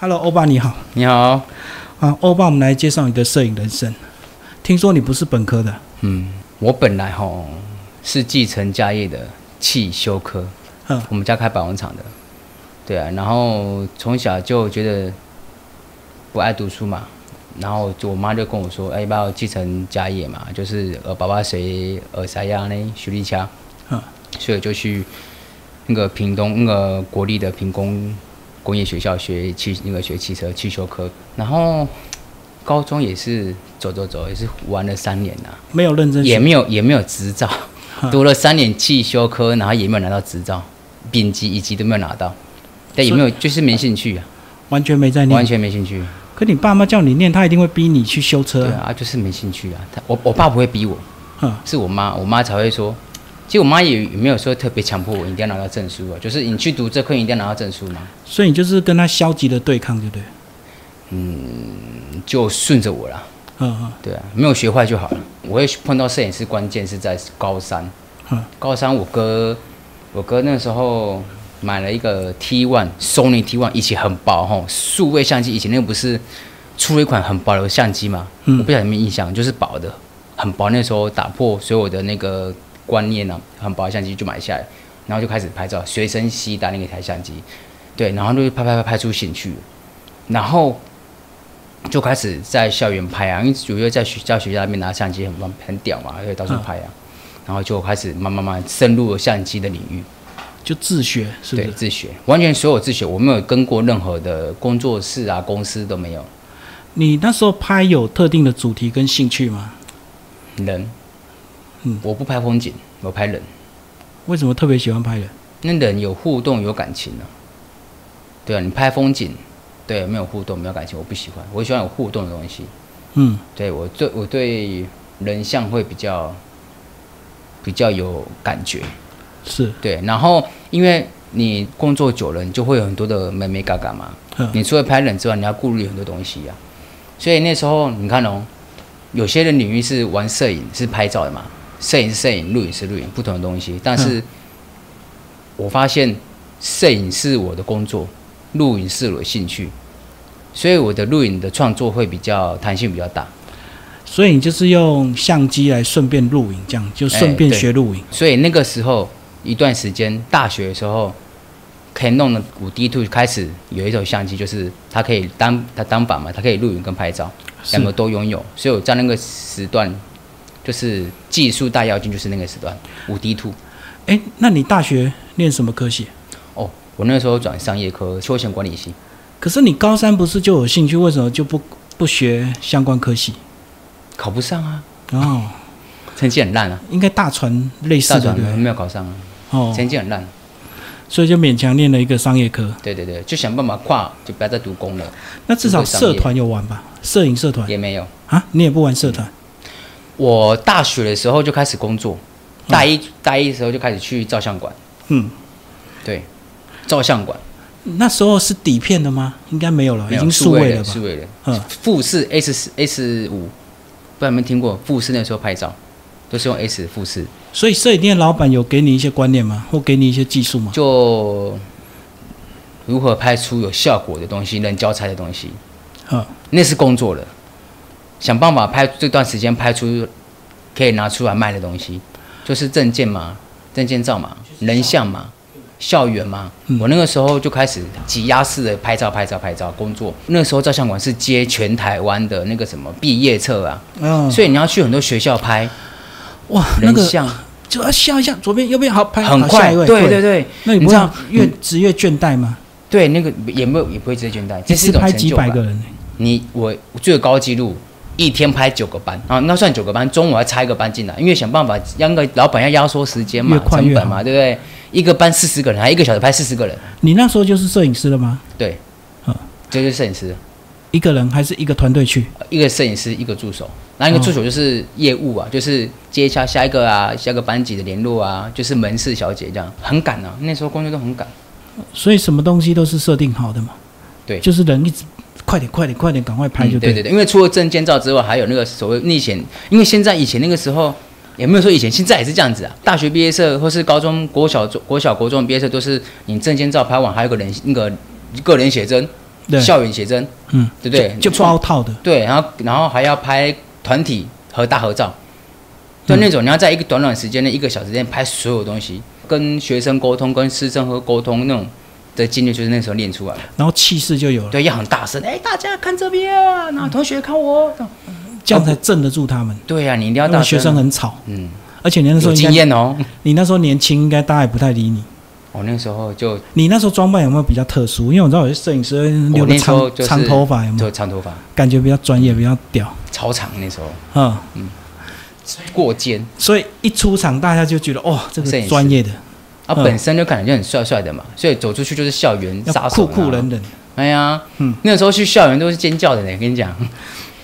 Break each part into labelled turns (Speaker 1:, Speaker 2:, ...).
Speaker 1: Hello，欧巴你好
Speaker 2: 你好，
Speaker 1: 啊，欧巴，我们来介绍你的摄影人生。听说你不是本科的，
Speaker 2: 嗯，我本来吼是继承家业的汽修科，
Speaker 1: 嗯
Speaker 2: 我们家开保养厂的，对啊，然后从小就觉得不爱读书嘛，然后就我妈就跟我说，哎、要不要继承家业嘛？就是呃，爸爸谁呃谁呀呢？徐立强，
Speaker 1: 嗯
Speaker 2: 所以我就去那个屏东那个国立的屏工工业学校学汽那个学汽车汽修科，然后高中也是走走走，也是玩了三年呐、啊
Speaker 1: 没有认真
Speaker 2: 也
Speaker 1: 学，
Speaker 2: 没有也没有执 照，
Speaker 1: 嗯
Speaker 2: 读了三年汽修科，然后也没有拿到执照，丙级、乙级都没有拿到，但也没有就是没兴趣啊，
Speaker 1: 完全没在
Speaker 2: 完
Speaker 1: 念。
Speaker 2: 全没兴趣。
Speaker 1: 可你爸妈叫你念，他一定会逼你去修车
Speaker 2: 对。啊，就是没兴趣啊。他我我爸不会逼我，
Speaker 1: 嗯
Speaker 2: 是我妈，我妈才会说。其实我妈也也没有说特别强迫我一定要拿到证书啊，就是你去读这科，你一定要拿到证书嘛，
Speaker 1: 所以你就是跟他消极的对抗，对不对？
Speaker 2: 你就顺着我啦。
Speaker 1: 嗯
Speaker 2: 对啊，没有学坏就好了。我会碰到摄影师，关键是在高三。
Speaker 1: 嗯
Speaker 2: 高三我哥，我哥那时候买了一个 T One Sony T One，以前很薄吼，数位相机以前那个不是出了一款很薄的相机嘛？
Speaker 1: 嗯
Speaker 2: 我不晓得有没有印象，就是薄的，很薄。那时候打破所有的那个观念啊，很薄的相机就买下来，然后就开始拍照，随身携带那个台相机，对，然后就拍拍拍拍出兴趣了，然后就开始在校园拍啊，因为主要在学在学校那边拿相机很方很屌嘛，所以到处拍啊，然后就开始慢慢慢深入了相机的领域，
Speaker 1: 嗯，就自学是不
Speaker 2: 对，
Speaker 1: 是？
Speaker 2: 自学，完全所有自学，我没有跟过任何的工作室啊、公司都没有，
Speaker 1: 你那时候拍有特定的主题跟兴趣吗？
Speaker 2: 人，
Speaker 1: 嗯
Speaker 2: 我不拍风景，我拍人，
Speaker 1: 为什么特别喜欢拍人？
Speaker 2: 那人有互动有感情啊，对啊，你拍风景，对，没有互动没有感情，我不喜欢，我喜欢有互动的东西，
Speaker 1: 嗯，
Speaker 2: 对我对我对人像会比较比较有感觉，
Speaker 1: 是，
Speaker 2: 对，然后因为你工作久了，你就会有很多的美美嘎嘎嘛。
Speaker 1: 嗯
Speaker 2: 你除了拍人之外，你要顾虑很多东西啊。所以那时候你看哦，有些人领域是玩摄影，是拍照的嘛，摄影是摄影，录影是录影，不同的东西。但是我发现摄影是我的工作，录影是我的兴趣，所以我的录影的创作会比较弹性比较大。
Speaker 1: 所以你就是用相机来顺便录影，这样就顺便
Speaker 2: 哎对
Speaker 1: 学录影。
Speaker 2: 所以那个时候一段时间，大学的时候，Canon 的五 D Two 开始有一种相机，就是它可以单它单反嘛，它可以录影跟拍照，
Speaker 1: 是
Speaker 2: 两个都拥有。所以我在那个时段，就是技术大跃进，就是那个时段五 D Two。
Speaker 1: 哎，那你大学念什么科系？
Speaker 2: 哦，我那时候转商业科，休闲管理系。
Speaker 1: 可是你高三不是就有兴趣，为什么就不不学相关科系？
Speaker 2: 考不上啊，
Speaker 1: 哦，
Speaker 2: 成绩很烂啊，
Speaker 1: 应该大船类似
Speaker 2: 大
Speaker 1: 的
Speaker 2: 转
Speaker 1: 对不对
Speaker 2: 没有考上啊，
Speaker 1: 哦，
Speaker 2: 成绩很烂。
Speaker 1: 所以就勉强念了一个商业科。
Speaker 2: 对对对，就想办法跨，就不要再读工了，
Speaker 1: 那至少社团有玩吧？摄影社团
Speaker 2: 也没有。
Speaker 1: 啊，你也不玩社团？
Speaker 2: 我大学的时候就开始工作，大一、大一的时候就开始去照相馆，
Speaker 1: 嗯，
Speaker 2: 对，照相馆
Speaker 1: 那时候是底片的吗？应该没有了，
Speaker 2: 没
Speaker 1: 已
Speaker 2: 有
Speaker 1: 经数
Speaker 2: 位
Speaker 1: 了吧
Speaker 2: 数？位了，
Speaker 1: 嗯
Speaker 2: 富士 S 四 S 五，不知道有没有听过富士那时候拍照，都是用 S 富士，
Speaker 1: 所以摄影店老板有给你一些观念吗？或给你一些技术吗？
Speaker 2: 就如何拍出有效果的东西，能交差的东西，
Speaker 1: 嗯，
Speaker 2: 那是工作了，想办法拍这段时间拍出可以拿出来卖的东西，就是证件嘛，证件照嘛，人像嘛，校园嘛。
Speaker 1: 嗯
Speaker 2: 我那个时候就开始挤压式的拍照、拍照、拍照工作。那时候照相馆是接全台湾的那个什么毕业册啊，
Speaker 1: 嗯，
Speaker 2: 所以你要去很多学校拍
Speaker 1: 哇，那
Speaker 2: 人
Speaker 1: 个
Speaker 2: 像，
Speaker 1: 就要笑一下，左边右边好拍，
Speaker 2: 很
Speaker 1: 好下
Speaker 2: 快，
Speaker 1: 一位。
Speaker 2: 对对，对
Speaker 1: 那你不
Speaker 2: 你
Speaker 1: 知
Speaker 2: 知
Speaker 1: 道
Speaker 2: 道嗯
Speaker 1: 越职业倦怠吗？
Speaker 2: 对，那个也没有也不会直接倦怠，这
Speaker 1: 一
Speaker 2: 是
Speaker 1: 次
Speaker 2: 一种
Speaker 1: 拍
Speaker 2: 成
Speaker 1: 几
Speaker 2: 就
Speaker 1: 百
Speaker 2: 感。
Speaker 1: 个人，
Speaker 2: 你我最高纪录一天拍九个班啊，那算九个班，中午还插一个班进来，因为想办法让个老板要压缩时间嘛，
Speaker 1: 越快越
Speaker 2: 成本嘛，对不对？一个班四十个人，还一个小时拍四十个人，
Speaker 1: 你那时候就是摄影师了吗？
Speaker 2: 对
Speaker 1: 嗯，
Speaker 2: 这就是摄影师，
Speaker 1: 一个人还是一个团队去？
Speaker 2: 一个摄影师，一个助手，那一个助手就是业务啊，就是接洽下一个啊，下一个班级的联络啊，就是门市小姐这样，很赶啊，那时候工作都很赶，
Speaker 1: 所以什么东西都是设定好的嘛。
Speaker 2: 对
Speaker 1: 就是人一直快点、快点、快点，赶快拍就
Speaker 2: 嗯对
Speaker 1: 了。
Speaker 2: 对，因为除了证件照之外，还有那个所谓逆显，因为现在以前那个时候也没有说以前，现在也是这样子啊。大学毕业社或是高中国小国小国中毕业社都是你证件照拍完，还有个人那个个人写真，
Speaker 1: 对
Speaker 2: 校园写真，
Speaker 1: 嗯，
Speaker 2: 对不对？
Speaker 1: 就就包套的，
Speaker 2: 对，然后然后还要拍团体和大合照，对、
Speaker 1: 嗯
Speaker 2: 那种你要在一个短短时间内一个小时内拍所有东西，跟学生沟通、跟师生和沟通那种的经历，就是那时候练出来的。
Speaker 1: 然后气势就有了，
Speaker 2: 对，要很大声，哎、大家看这边啊，然后同学看我。这样
Speaker 1: 这样才镇得住他们。
Speaker 2: 对啊呀、你一定要
Speaker 1: 因
Speaker 2: 大
Speaker 1: 为
Speaker 2: 声。
Speaker 1: 学生很吵，
Speaker 2: 嗯，
Speaker 1: 而且你那时
Speaker 2: 有
Speaker 1: 候应
Speaker 2: 经
Speaker 1: 该，嗯
Speaker 2: 验哦。
Speaker 1: 你那时候年轻，应该大家也不太理你。
Speaker 2: 我那时候就
Speaker 1: 你那时候装扮有没有比较特殊？因为我知道有些摄影师留
Speaker 2: 我
Speaker 1: 个
Speaker 2: 那时候
Speaker 1: 长
Speaker 2: 就是
Speaker 1: 长头发，有没有
Speaker 2: 就长头发，
Speaker 1: 感觉比较专业，比较屌？
Speaker 2: 超长那时候
Speaker 1: 嗯，
Speaker 2: 过肩
Speaker 1: 所以一出场大家就觉得哦，这
Speaker 2: 摄
Speaker 1: 个
Speaker 2: 影师
Speaker 1: 专业的，
Speaker 2: 啊，
Speaker 1: 嗯
Speaker 2: 本身就感觉就很帅帅的嘛，所以走出去就是校园杀
Speaker 1: 要
Speaker 2: 手
Speaker 1: 酷
Speaker 2: 啊
Speaker 1: 酷冷。冷。
Speaker 2: 哎呀，
Speaker 1: 嗯
Speaker 2: 那时候去校园都是尖叫的呢，跟 你讲，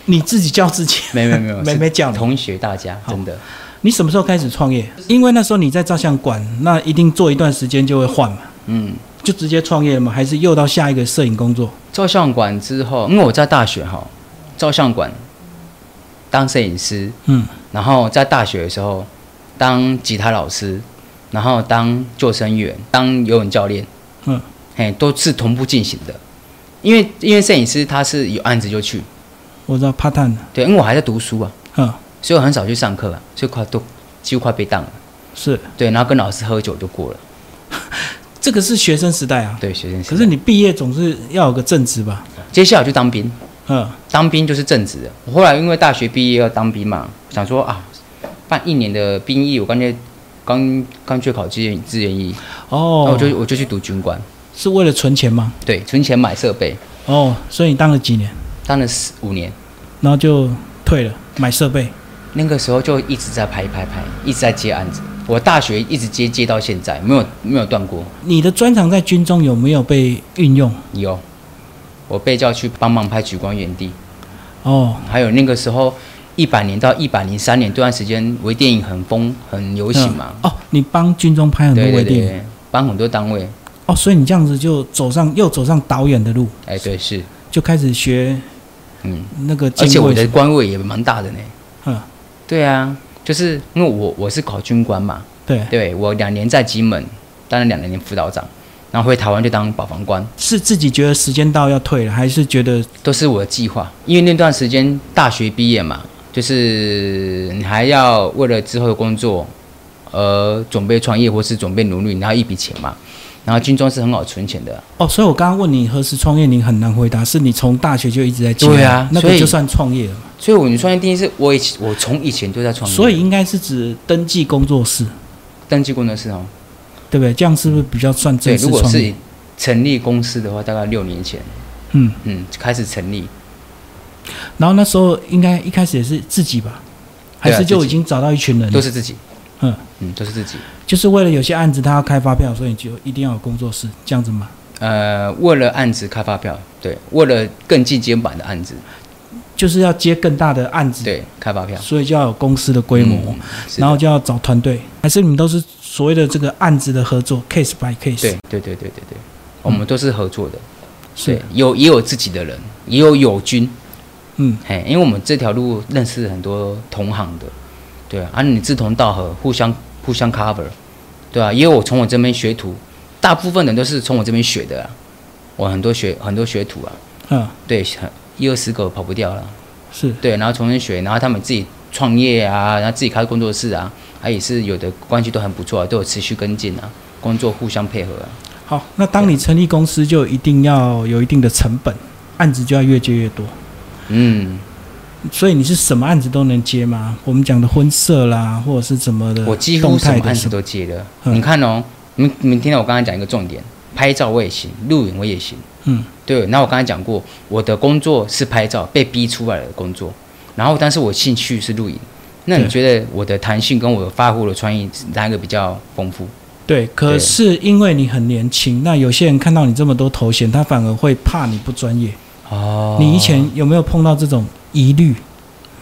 Speaker 1: 你自己叫自己，
Speaker 2: 没没没有，
Speaker 1: 没
Speaker 2: 是
Speaker 1: 没叫你。
Speaker 2: 同学大家
Speaker 1: 好
Speaker 2: 真的，
Speaker 1: 你什么时候开始创业？因为那时候你在照相馆，那一定做一段时间就会换嘛，
Speaker 2: 嗯，
Speaker 1: 就直接创业了嘛？还是又到下一个摄影工作？
Speaker 2: 照相馆之后，因为我在大学哈，照相馆当摄影师，
Speaker 1: 嗯，
Speaker 2: 然后在大学的时候当吉他老师，然后当救生员，当游泳教练，
Speaker 1: 嗯，
Speaker 2: 嘿，都是同步进行的，因为因为摄影师他是有案子就去，
Speaker 1: 我知道 part time 的，
Speaker 2: 对，因为我还在读书啊，
Speaker 1: 嗯，
Speaker 2: 所以我很少去上课啊，所以快都几乎快被当了，
Speaker 1: 是
Speaker 2: 对，然后跟老师喝酒就过了，
Speaker 1: 这个是学生时代啊。
Speaker 2: 对，学生时
Speaker 1: 可
Speaker 2: 代
Speaker 1: 是你毕业总是要有个正职吧？
Speaker 2: 接下来我去当兵。
Speaker 1: 嗯，
Speaker 2: 当兵就是正职的。我后来因为大学毕业要当兵嘛，想说啊，办一年的兵役，我刚才刚刚去考志愿志愿役，然后
Speaker 1: 哦
Speaker 2: 我，就我就去读军官，
Speaker 1: 是为了存钱吗？
Speaker 2: 对，存钱买设备，
Speaker 1: 哦，所以你当了几年，
Speaker 2: 当了十五年。
Speaker 1: 然后就退了，买设备。
Speaker 2: 那个时候就一直在拍拍拍，一直在接案子。我大学一直接接到现在，没有没有断过。
Speaker 1: 你的专长在军中有没有被运用？
Speaker 2: 有，我被叫去帮忙拍《举光原地》，
Speaker 1: 哦，
Speaker 2: 还有那个时候一百年到一百零三年这段时间，微电影很风很流行嘛。
Speaker 1: 嗯哦，你帮军中嗯拍很多
Speaker 2: 对
Speaker 1: 微
Speaker 2: 对
Speaker 1: 电影
Speaker 2: 对，帮很多单位。
Speaker 1: 哦，所以你这样子就走上又走上导演的路，
Speaker 2: 哎，对是，
Speaker 1: 就开始学
Speaker 2: 嗯。
Speaker 1: 那个敬
Speaker 2: 而
Speaker 1: 畏
Speaker 2: 且
Speaker 1: 神。
Speaker 2: 我的官位也蛮大的呢。
Speaker 1: 嗯，
Speaker 2: 对啊，就是因为我我是考军官嘛，
Speaker 1: 对，
Speaker 2: 对我两年在金门当了两年辅导长，然后回台湾就当保防官，
Speaker 1: 是自己觉得时间到要退了，还是觉得
Speaker 2: 都是我的计划。因为那段时间大学毕业嘛，就是你还要为了之后的工作而准备创业或是准备努力，你还有一笔钱嘛。然后军中是很好存钱的，
Speaker 1: 哦？所以我刚刚问你何时创业，你很难回答，是你从大学就一直在经
Speaker 2: 对啊
Speaker 1: 那
Speaker 2: 所
Speaker 1: 个
Speaker 2: 以
Speaker 1: 就算创业了嘛。
Speaker 2: 所以我你创业第一是我以前我从以前就在创业，
Speaker 1: 所以应该是指登记工作室，
Speaker 2: 登记工作室哦，
Speaker 1: 对不对？这样是不是比较算
Speaker 2: 对，
Speaker 1: 正式
Speaker 2: 如果
Speaker 1: 创
Speaker 2: 是
Speaker 1: 业？
Speaker 2: 成立公司的话，大概六年前，
Speaker 1: 嗯，
Speaker 2: 嗯，开始成立，
Speaker 1: 然后那时候应该一开始也是自己吧，还
Speaker 2: 对啊
Speaker 1: 是就
Speaker 2: 自
Speaker 1: 已
Speaker 2: 己
Speaker 1: 经找到一群人了，
Speaker 2: 都是自己，
Speaker 1: 嗯
Speaker 2: 嗯，都是自己。
Speaker 1: 就是为了有些案子他要开发票，所以就一定要有工作室这样子嘛。
Speaker 2: 呃，为了案子开发票，对，为了更进阶版的案子，
Speaker 1: 就是要接更大的案子，
Speaker 2: 对，开发票
Speaker 1: 所以就要有公司的规模，
Speaker 2: 嗯是的
Speaker 1: 然后就要找团队，还是你们都是所谓的这个案子的合作，case by case，
Speaker 2: 对，对对对对对，我们都是合作的，
Speaker 1: 嗯
Speaker 2: 对
Speaker 1: 是，，
Speaker 2: 有也有自己的人，也有友军，
Speaker 1: 嗯，
Speaker 2: 嘿，因为我们这条路认识很多同行的，对啊，啊你志同道合，互相互相 cover，对啊，也有我从我这边学徒，大部分人都是从我这边学的啊，我很多学很多学徒啊，
Speaker 1: 嗯，
Speaker 2: 对，很一二十个跑不掉了。
Speaker 1: 是，
Speaker 2: 对，然后重新学，然后他们自己创业啊，然后自己开工作室啊，啊也是有的关系都很不错、啊，都有持续跟进啊，工作互相配合啊。
Speaker 1: 好，那当你成立公司，就一定要有一定的成本，案子就要越接越多，
Speaker 2: 嗯，
Speaker 1: 所以你是什么案子都能接吗？我们讲的婚摄啦，或者是怎么的，
Speaker 2: 我几乎
Speaker 1: 嗯动
Speaker 2: 什
Speaker 1: 态
Speaker 2: 么
Speaker 1: 的
Speaker 2: 案子
Speaker 1: 么
Speaker 2: 都接了。
Speaker 1: 嗯
Speaker 2: 你看哦，你你听到我刚才讲一个重点，拍照我也行，录影我也行。
Speaker 1: 嗯，
Speaker 2: 对，那我刚才讲过，我的工作是拍照，被逼出来的工作，然后但是我兴趣是录影。那你
Speaker 1: 对
Speaker 2: 觉得我的弹性跟我的发挥的创意哪一个比较丰富？
Speaker 1: 对，可
Speaker 2: 对
Speaker 1: 是因为你很年轻，那有些人看到你这么多头衔，他反而会怕你不专业。
Speaker 2: 哦
Speaker 1: 你以前有没有碰到这种疑虑？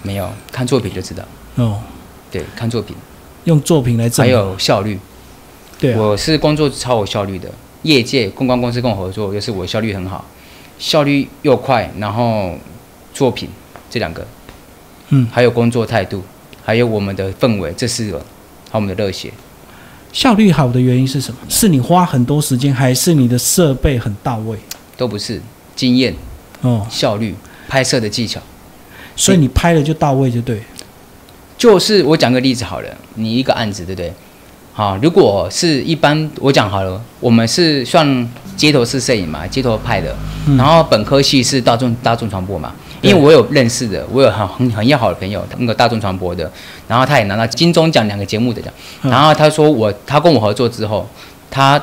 Speaker 2: 没有看作品就知道，
Speaker 1: 哦，
Speaker 2: 对，看作品。
Speaker 1: 用作品来证
Speaker 2: 还
Speaker 1: 明，
Speaker 2: 有效率。
Speaker 1: 对啊，
Speaker 2: 我是工作超有效率的，业界公关公司跟我合作，就是我效率很好，效率又快，然后作品这两个，
Speaker 1: 嗯，
Speaker 2: 还有工作态度，还有我们的氛围，这四个，还有我们的热血。
Speaker 1: 效率好的原因是什么？是你花很多时间，还是你的设备很到位？
Speaker 2: 都不是，经验、
Speaker 1: 哦，
Speaker 2: 效率、拍摄的技巧。
Speaker 1: 所以你拍了就到位就对。
Speaker 2: 就是我讲个例子好了，你一个案子对不对？好，如果是一般我讲好了，我们是算街头式摄影嘛，街头派的，
Speaker 1: 嗯
Speaker 2: 然后本科系是大众大众传播嘛，
Speaker 1: 对
Speaker 2: 因为我有认识的，我有很很很要好的朋友，那个大众传播的，然后他也拿到金钟奖两个节目的奖，
Speaker 1: 嗯
Speaker 2: 然后他说我他跟我合作之后，他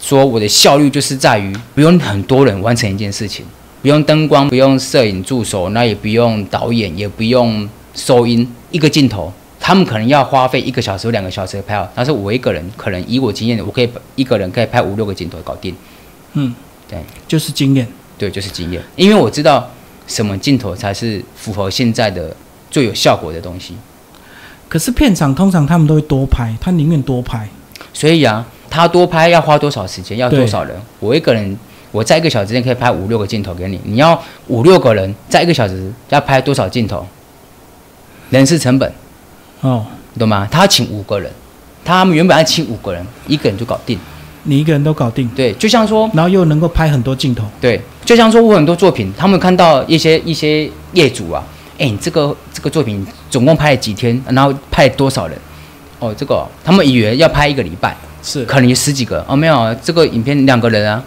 Speaker 2: 说我的效率就是在于不用很多人完成一件事情，不用灯光，不用摄影助手，那也不用导演，也不用收音，一个镜头，他们可能要花费一个小时、两个小时拍好，但是我一个人可能以我经验，我可以一个人可以拍五六个镜头搞定。
Speaker 1: 嗯，
Speaker 2: 对，
Speaker 1: 就是经验。
Speaker 2: 对，就是经验，因为我知道什么镜头才是符合现在的最有效果的东西，
Speaker 1: 可是片场通常他们都会多拍，他宁愿多拍。
Speaker 2: 所以啊，他多拍要花多少时间，要
Speaker 1: 对
Speaker 2: 多少人，我一个人。我在一个小时之内可以拍五六个镜头给你，你要五六个人在一个小时要拍多少镜头？人事成本，
Speaker 1: 哦，
Speaker 2: 你懂吗？他要请五个人，他们原本要请五个人，一个人就搞定。
Speaker 1: 你一个人都搞定，
Speaker 2: 对，就像说，
Speaker 1: 然后又能够拍很多镜头。
Speaker 2: 对，就像说我很多作品，他们看到一些一些业主啊，哎，你这个这个作品总共拍了几天，然后拍了多少人？哦，这个哦、他们以为要拍一个礼拜，
Speaker 1: 是
Speaker 2: 可能有十几个哦，没有啊，这个影片两个人啊，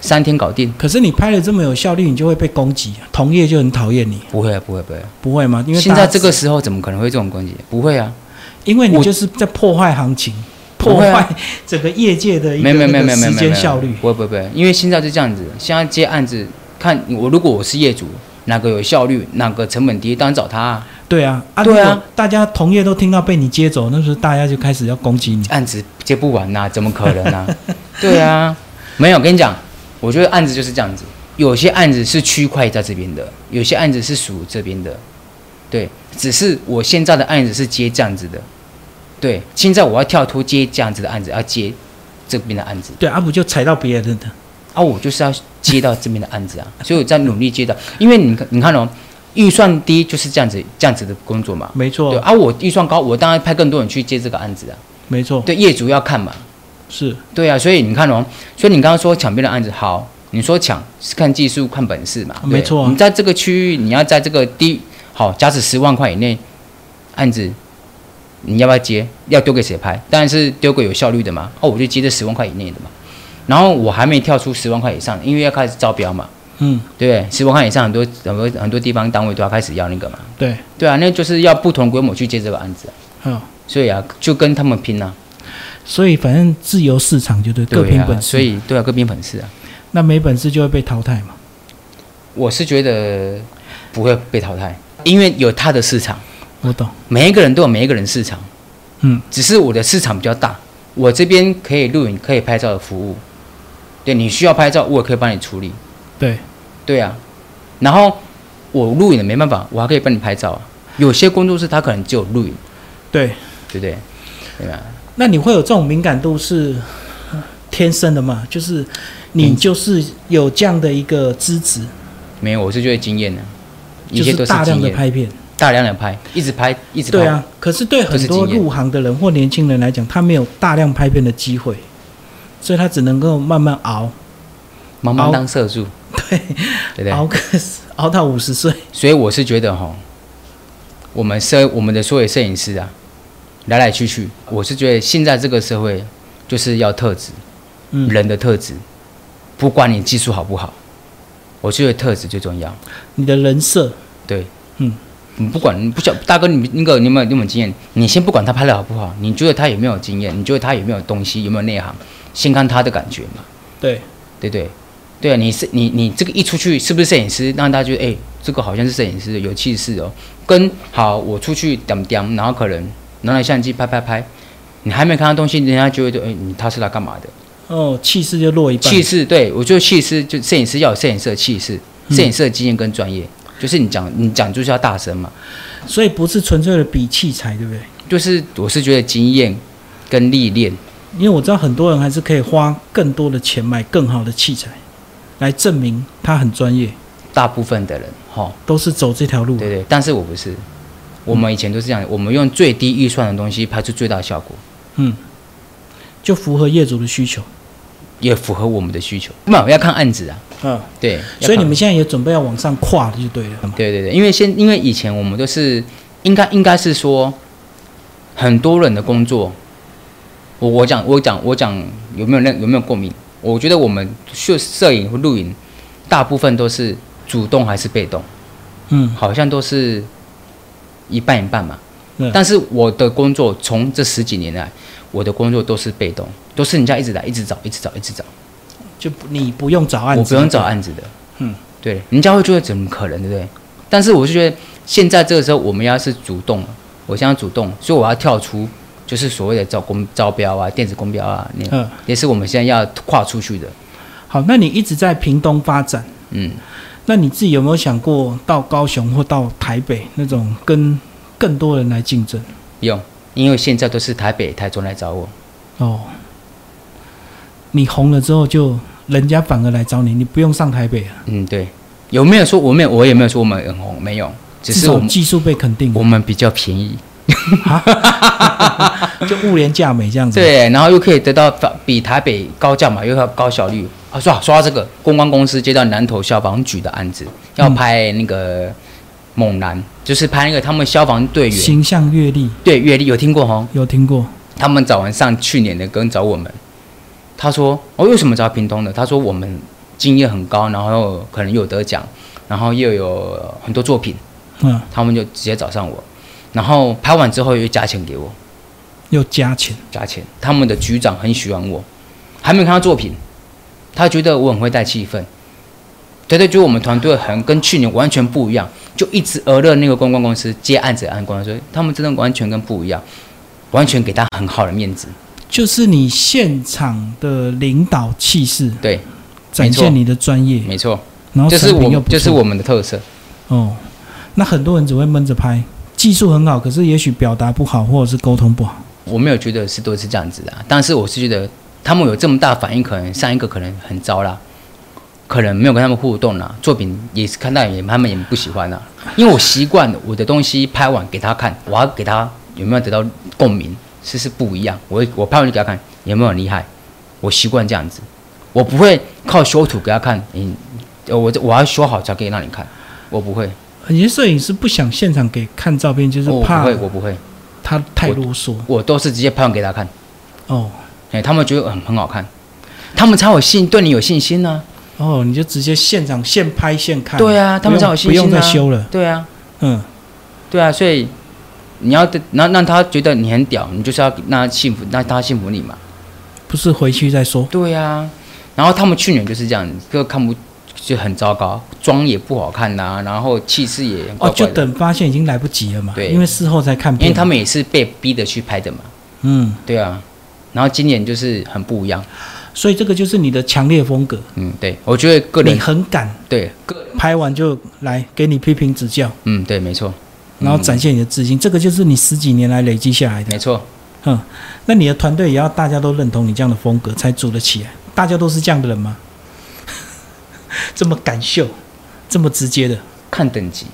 Speaker 2: 三天搞定。
Speaker 1: 可是你拍的这么有效率，你就会被攻击，同业就很讨厌你，
Speaker 2: 不会啊，不会，不会啊。
Speaker 1: 不会吗？因为
Speaker 2: 现
Speaker 1: 大家
Speaker 2: 在这个，时候怎么可能会这种攻击？不会啊，
Speaker 1: 因为你
Speaker 2: 我
Speaker 1: 就是在破坏行情，
Speaker 2: 不
Speaker 1: 破
Speaker 2: 会啊
Speaker 1: 坏整个业界的一个
Speaker 2: 没有没有没
Speaker 1: 那
Speaker 2: 有
Speaker 1: 个
Speaker 2: 没有没有
Speaker 1: 时
Speaker 2: 没有
Speaker 1: 间效率。
Speaker 2: 不会不会不会，因为现在就这样子，现在接案子，看我如果我是业主，哪个有效率，哪个成本低，当然找他、啊。
Speaker 1: 对啊，啊，
Speaker 2: 对啊，
Speaker 1: 大家同业都听到被你接走，那时候大家就开始要攻击你。
Speaker 2: 案子接不完呐、啊怎么可能呢、 对啊，没有，跟你讲，我觉得案子就是这样子，有些案子是区块在这边的，有些案子是属这边的，对，只是我现在的案子是接这样子的，对，现在我要跳脱接这样子的案子，要接这边的案子，
Speaker 1: 对啊，不就踩到别人的？
Speaker 2: 啊，我就是要接到这边的案子啊， 所以我在努力接到，因为你看，你看哦，预算低就是这样子，这样子的工作嘛，
Speaker 1: 没
Speaker 2: 对，
Speaker 1: 错，
Speaker 2: 啊，我预算高，我当然派更多人去接这个案子啊，
Speaker 1: 没错，
Speaker 2: 对，业主要看嘛。
Speaker 1: 是
Speaker 2: 对啊，所以你看哦，所以你刚刚说抢别人案子好，你说抢是看技术、看本事嘛，对
Speaker 1: 没错啊
Speaker 2: 你在这个区域，你要在这个低好，假使十万块以内案子，你要不要接？要丢给谁拍？当然是丢给有效率的嘛。哦，我就接这十万块以内的嘛。然后我还没跳出十万块以上，因为要开始招标嘛，
Speaker 1: 嗯，
Speaker 2: 对不对？十万块以上，很多很多很多地方单位都要开始要那个嘛。
Speaker 1: 对，
Speaker 2: 对啊，那就是要不同规模去接这个案子啊、
Speaker 1: 嗯，
Speaker 2: 所以啊，就跟他们拼啊，
Speaker 1: 所以反正自由市场就对，
Speaker 2: 对
Speaker 1: 各凭
Speaker 2: 啊，
Speaker 1: 本
Speaker 2: 所
Speaker 1: 事，
Speaker 2: 以对啊，各凭本事啊。
Speaker 1: 那没本事就会被淘汰嘛。
Speaker 2: 我是觉得不会被淘汰，因为有他的市场，
Speaker 1: 我懂，
Speaker 2: 每一个人都有每一个人市场，
Speaker 1: 嗯，
Speaker 2: 只是我的市场比较大，我这边可以录影、可以拍照的服务，对你需要拍照，我也可以帮你处理，
Speaker 1: 对，
Speaker 2: 对啊，然后我录影的没办法，我还可以帮你拍照啊。有些工作室他可能只有录影，
Speaker 1: 对。
Speaker 2: 对不对？对吧？
Speaker 1: 那你会有这种敏感度是呃天生的吗？就是你
Speaker 2: 嗯
Speaker 1: 就是有这样的一个资质，
Speaker 2: 没有，我是觉得经验呢、啊一
Speaker 1: 就
Speaker 2: 切都
Speaker 1: 大量
Speaker 2: 经
Speaker 1: 的
Speaker 2: 验，
Speaker 1: 拍片。
Speaker 2: 大量的拍，一直拍，一直拍，
Speaker 1: 对，啊，可是对很多
Speaker 2: 都是经验
Speaker 1: 入行的人或年轻人来讲，他没有大量拍片的机会，所以他只能够慢慢熬，
Speaker 2: 茫
Speaker 1: 熬
Speaker 2: 茫当社畜，
Speaker 1: 对，
Speaker 2: 对不对？
Speaker 1: 熬个熬到五十岁。
Speaker 2: 所以我是觉得哈，我们摄我们的所有摄影师啊，来来去去，我是觉得现在这个社会就是要特质，
Speaker 1: 嗯，
Speaker 2: 人的特质，不管你技术好不好，我觉得特质最重要。
Speaker 1: 你的人设，
Speaker 2: 对，
Speaker 1: 嗯，
Speaker 2: 你不管你不晓大哥你那个你有没有你有没有经验，你先不管他拍的好不好，你觉得他有没有经验，你觉得他有没有东西，有没有内行，先看他的感觉嘛，
Speaker 1: 对，
Speaker 2: 对不对？对啊，你是你你这个一出去是不是摄影师，让大家觉得哎、这个好像是摄影师，有气势哦。跟好我出去点点，然后可能拿了相机拍拍拍，你还没看到东西，人家就会觉得哎、你他是来干嘛的？
Speaker 1: 哦，气势就落一半。
Speaker 2: 气势，对我觉得气势就摄影师要有摄影师的气势，
Speaker 1: 嗯
Speaker 2: 摄影师的经验跟专业，就是你讲你讲就是要大声嘛，
Speaker 1: 所以不是纯粹的比器材，对不对？
Speaker 2: 就是我是觉得经验跟历练，
Speaker 1: 因为我知道很多人还是可以花更多的钱买更好的器材，来证明他很专业，
Speaker 2: 大部分的人哈。齁
Speaker 1: 都是走这条路。
Speaker 2: 对对，但是我不是，我们以前都是这样的，我们用最低预算的东西拍出最大的效果，
Speaker 1: 嗯，就符合业主的需求。
Speaker 2: 也符合我们的需求。那我要看案子啊，
Speaker 1: 嗯，
Speaker 2: 对，要
Speaker 1: 所以
Speaker 2: 靠
Speaker 1: 你们现在也准备要往上跨了，就对了。
Speaker 2: 对对对，因为现因为以前我们都是应该应该是说，很多人的工作，我我讲我讲我讲有没有那有没有共鸣？我觉得我们摄摄影和录影，大部分都是主动还是被动，
Speaker 1: 嗯，
Speaker 2: 好像都是一半一半嘛嗯
Speaker 1: 对。
Speaker 2: 但是我的工作从这十几年来，我的工作都是被动，都是人家一直来，一直找，一直找，一直找。
Speaker 1: 就不你不用找案子，
Speaker 2: 我不用找案子的。
Speaker 1: 嗯，
Speaker 2: 对，人家会觉得怎么可能，对不对？但是我是觉得现在这个时候，我们要是主动，我现在主动，所以我要跳出，就是所谓的招工招标啊、电子公标啊，那
Speaker 1: 嗯，
Speaker 2: 也是我们现在要跨出去的。
Speaker 1: 好，那你一直在屏东发展，
Speaker 2: 嗯，
Speaker 1: 那你自己有没有想过到高雄或到台北那种跟更多人来竞争？
Speaker 2: 有，因为现在都是台北、台中来找我，
Speaker 1: 哦，你红了之后就人家反而来找你，你不用上台北啊，
Speaker 2: 嗯，对，有没有说我没有，我也没有说我们很红，没有，只
Speaker 1: 至
Speaker 2: 是我
Speaker 1: 少
Speaker 2: 们
Speaker 1: 技术被肯定
Speaker 2: 我，们比较便宜，
Speaker 1: 就物廉价美这样子。，
Speaker 2: 对，然后又可以得到比台北高价嘛，又要高效率啊！说到说到这个，公关公司接到南投消防局的案子，要拍那个猛男，就是拍那个他们消防队员
Speaker 1: 形象阅历
Speaker 2: 对阅历，有听过吼？
Speaker 1: 有听过，
Speaker 2: 他们找完上去年的跟找我们，他说哦，为什么找屏东的？他说我们经验很高，然后可能又有得奖，然后又有很多作品，
Speaker 1: 嗯，
Speaker 2: 他们就直接找上我，然后拍完之后又加钱给我，
Speaker 1: 又加钱，
Speaker 2: 加钱。他们的局长很喜欢我，还没有看到作品，他觉得我很会带气氛，对对，觉得我们团队很跟去年完全不一样，就一直讹了那个公关公司接案子的案官说他们真的完全跟不一样，完全给他很好的面子，
Speaker 1: 就是你现场的领导气势，
Speaker 2: 对，
Speaker 1: 展
Speaker 2: 没错
Speaker 1: 现你的专业，
Speaker 2: 没错，
Speaker 1: 然后
Speaker 2: 这是
Speaker 1: 成品
Speaker 2: 我
Speaker 1: 又不
Speaker 2: 这是
Speaker 1: 错
Speaker 2: 我们的特色，
Speaker 1: 哦，那很多人只会闷着拍，技术很好，可是也许表达不好，或者是沟通不好。
Speaker 2: 我没有觉得是都是这样子的啊、但是我是觉得他们有这么大反应，可能上一个可能很糟啦。可能没有跟他们互动啦、作品也是看到也他们也不喜欢啦、因为我习惯了我的东西拍完给他看，我要给他有没有得到共鸣，是是不一样。我会我拍完就给他看有没有很厉害，我习惯这样子，我不会靠修图给他看，你呃我这我要修好才可以让你看，我不会，
Speaker 1: 有些摄影师不想现场给看照片，就是
Speaker 2: 我哦不
Speaker 1: 怕
Speaker 2: 会我不会，
Speaker 1: 他太啰嗦
Speaker 2: 我都是直接拍完给他看，
Speaker 1: 哦
Speaker 2: 哎、他们觉得很很好看，他们才有信对你有信心呢、
Speaker 1: 哦，你就直接现场现拍现看。
Speaker 2: 对啊他们
Speaker 1: 不用
Speaker 2: 才有信
Speaker 1: 不用
Speaker 2: 心
Speaker 1: 再
Speaker 2: 啊
Speaker 1: 修了。
Speaker 2: 对啊。
Speaker 1: 嗯，
Speaker 2: 对啊，所以你要得让让他觉得你很屌，你就是要让他幸福，让他幸福你嘛。
Speaker 1: 不是回去再说。
Speaker 2: 对啊，然后他们去年就是这样，就看不就很糟糕，妆也不好看呐、然后气势也怪
Speaker 1: 哦，就
Speaker 2: 怪的，
Speaker 1: 等发现已经来不及了嘛，
Speaker 2: 对
Speaker 1: 因为事后才看
Speaker 2: 因
Speaker 1: 片。
Speaker 2: 为他们也是被逼的去拍的嘛。
Speaker 1: 嗯，
Speaker 2: 对啊，然后今年就是很不一样。
Speaker 1: 所以这个就是你的强烈风格，
Speaker 2: 嗯，对，我觉得个
Speaker 1: 你
Speaker 2: 人
Speaker 1: 很敢
Speaker 2: 对个人，
Speaker 1: 拍完就来给你批评指教，
Speaker 2: 嗯，对，没错，
Speaker 1: 然后展
Speaker 2: 嗯、
Speaker 1: 现你的自信，这个就是你十几年来累积下来的
Speaker 2: 没。错，
Speaker 1: 嗯，那你的团队也要大家都认同你这样的风格才组得起来。大家都是这样的人吗？ 这么敢秀，这么直接的
Speaker 2: 看等 级。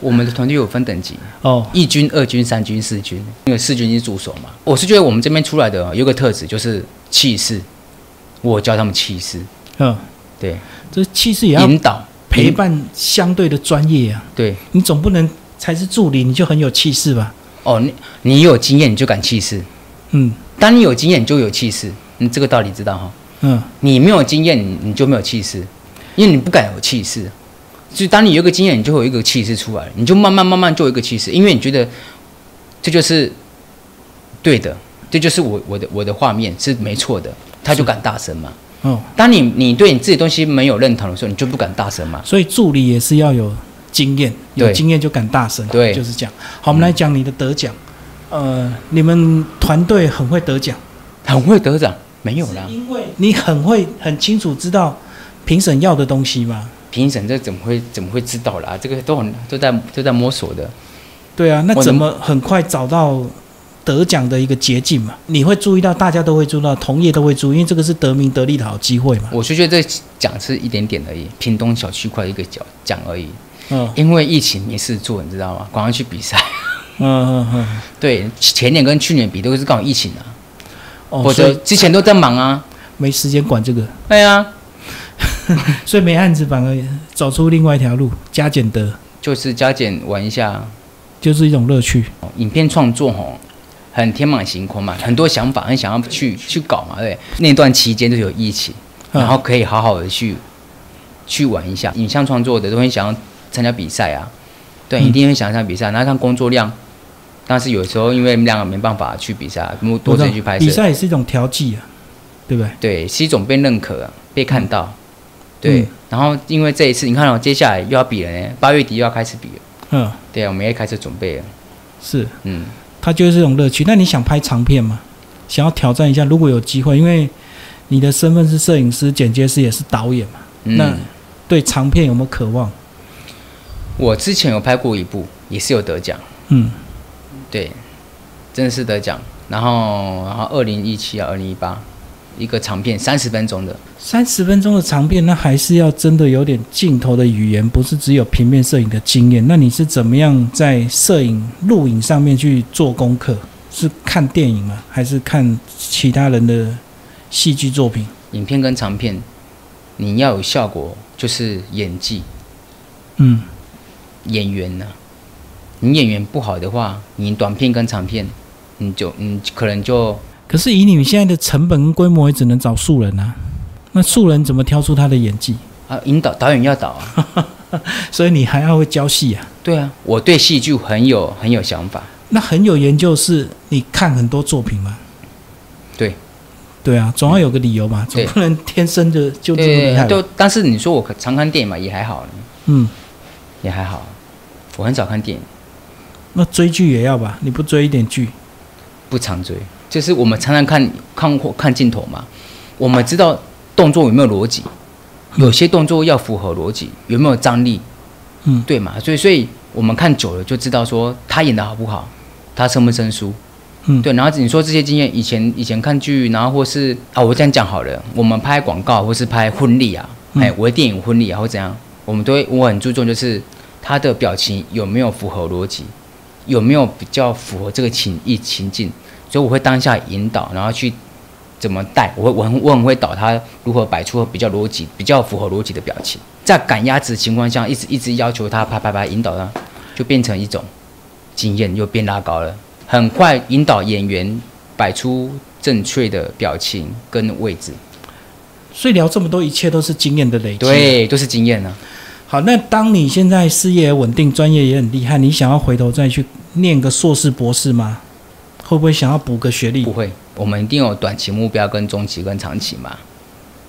Speaker 2: 我们的团队有分等级，
Speaker 1: 哦，
Speaker 2: 一军、二军、三军、四军，因为四军是驻守嘛。我是觉得我们这边出来的有个特质就是气势，我教他们气势，
Speaker 1: 嗯，
Speaker 2: 对，
Speaker 1: 这气势也要
Speaker 2: 引导
Speaker 1: 陪
Speaker 2: 引
Speaker 1: 伴相对的专业啊。
Speaker 2: 对。
Speaker 1: 你总不能才是助理你就很有气势吧？
Speaker 2: 哦，你你有经验你就敢气势，
Speaker 1: 嗯
Speaker 2: 当你有经验你就有气势，你这个道理知道哈。
Speaker 1: 嗯，
Speaker 2: 你没有经验你你就没有气势，因为你不敢有气势。就当你有一个经验，你就会有一个气势出来，你就慢慢慢慢就有一个气势，因为你觉得这就是对的，这就是我我的我的画面是没错的，他就敢大声嘛。
Speaker 1: 哦，
Speaker 2: 当你你对你自己的东西没有认同的时候，你就不敢大声嘛。
Speaker 1: 所以助理也是要有经验，有
Speaker 2: 对
Speaker 1: 经验就敢大声，
Speaker 2: 对
Speaker 1: 就是这样。好，我们来讲你的得奖。呃，你们团队很会得奖。
Speaker 2: 很会得奖没有啦
Speaker 1: 是，因为你很会很清楚知道评审要的东西嘛。
Speaker 2: 评审这怎么会怎么会知道啦？这个都很都在都在摸索的。
Speaker 1: 对啊，那
Speaker 2: 我能
Speaker 1: 怎么很快找到得奖的一个捷径嘛？你会注意到，大家都会注意到，同业都会注意，因为这个是得名得利的好机会嘛。
Speaker 2: 我就觉得这奖是一点点而已，屏东小区块一个奖奖而已。
Speaker 1: 嗯
Speaker 2: 因为疫情没事做，你知道吗？赶快去比赛。
Speaker 1: 嗯嗯嗯，
Speaker 2: 对，前年跟去年比都是刚好疫情啊，
Speaker 1: 哦，
Speaker 2: 或
Speaker 1: 所
Speaker 2: 者
Speaker 1: 以
Speaker 2: 之前都在忙啊。
Speaker 1: 没时间管这个。
Speaker 2: 对啊，
Speaker 1: 所以没案子反而走出另外一条路，加减得
Speaker 2: 就是加减玩一下。
Speaker 1: 就是一种乐趣。
Speaker 2: 哦影片创作吼，很天马行空嘛，很多想法，很想要去去搞嘛，对。那段期间就是有疫情，
Speaker 1: 嗯
Speaker 2: 然后可以好好的去去玩一下。影像创作的都很想要参加比赛啊，对，
Speaker 1: 嗯
Speaker 2: 一定会想参加比赛。然后看工作量，但是有时候因为两个没办法去比赛，啊多多
Speaker 1: 我知道
Speaker 2: 自己去拍
Speaker 1: 比
Speaker 2: 摄，
Speaker 1: 赛也是一种调剂啊，对不对？
Speaker 2: 对，是一种被认可、啊、被看到。对，
Speaker 1: 嗯
Speaker 2: 然后因为这一次，你看哦，接下来又要比了呢，八月底又要开始比了，
Speaker 1: 嗯，
Speaker 2: 对啊，我们也开始准备了，
Speaker 1: 是，
Speaker 2: 嗯，
Speaker 1: 它就是一种乐趣。那你想拍长片吗？想要挑战一下，如果有机会，因为你的身份是摄影师、剪接师，也是导演嘛，
Speaker 2: 嗯
Speaker 1: 那对长片有没有渴望？
Speaker 2: 我之前有拍过一部，也是有得奖，
Speaker 1: 嗯，
Speaker 2: 对，真的是得奖。然后，然后二零一七啊，二零一八，一个长片三十分钟的，
Speaker 1: 三十分钟的长片，那还是要真的有点镜头的语言，不是只有平面摄影的经验。那你是怎么样在摄影、录影上面去做功课？是看电影吗？还是看其他人的戏剧作品？
Speaker 2: 影片跟长片，你要有效果，就是演技、
Speaker 1: 嗯，
Speaker 2: 演员呢、你演员不好的话，你短片跟长片，你就你可能就
Speaker 1: 可是以你们现在的成本跟规模，也只能找素人啊。那素人怎么挑出他的演技？
Speaker 2: 啊引导导演要导啊，
Speaker 1: 所以你还要会教戏啊。
Speaker 2: 对啊，我对戏剧很有很有想法，
Speaker 1: 那很有研究是，你看很多作品嘛？
Speaker 2: 对，嗯
Speaker 1: 对啊，总要有个理由嘛，总
Speaker 2: 对
Speaker 1: 不能天生就就这么厉害
Speaker 2: 对，
Speaker 1: 吧。
Speaker 2: 都但是你说我常看电影嘛，也还好，
Speaker 1: 嗯，
Speaker 2: 也还好，我很少看电影。
Speaker 1: 那追剧也要吧？你不追一点剧？
Speaker 2: 不常追，就是我们常常看看或看镜头嘛，我们知道动作有没有逻辑，有些动作要符合逻辑，有没有张力，
Speaker 1: 嗯，
Speaker 2: 对嘛？所以所以我们看久了就知道说他演的好不好，他生不生疏，
Speaker 1: 嗯，
Speaker 2: 对。然后你说这些经验，以前以前看剧，然后或是啊，我这样讲好了，我们拍广告或是拍婚礼啊，
Speaker 1: 嗯
Speaker 2: 哎、我的电影婚礼啊或怎样，我们都会我很注重就是他的表情有没有符合逻辑，有没有比较符合这个情意情境，所以我会当下引导，然后去怎么带，我会我很我很会导他如何摆出比较逻辑、比较符合逻辑的表情，在赶鸭子的情况下，一直一直要求他啪啪啪引导他，就变成一种经验又变拉高了，很快引导演员摆出正确的表情跟位置，
Speaker 1: 所以聊这么多，一切都是经验的累积。，
Speaker 2: 对，都是经验啊。
Speaker 1: 好，那当你现在事业也稳定，专业也很厉害，你想要回头再去念个硕士、博士吗？会不会想要补个学历
Speaker 2: 不？会，我们一定有短期目标、跟中期、跟长期嘛，